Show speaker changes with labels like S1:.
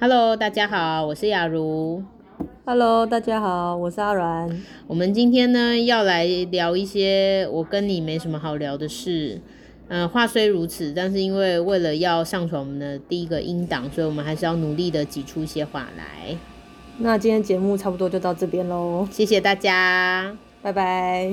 S1: Hello，大家好，我是雅茹。
S2: Hello，大家好，我是阿然。
S1: 我们今天呢要来聊一些我跟你没什么好聊的事。嗯、话虽如此，但是因为为了要上传我们的第一个音档，所以我们还是要努力的挤出一些话来。
S2: 那今天节目差不多就到这边喽，
S1: 谢谢大家。
S2: 拜拜。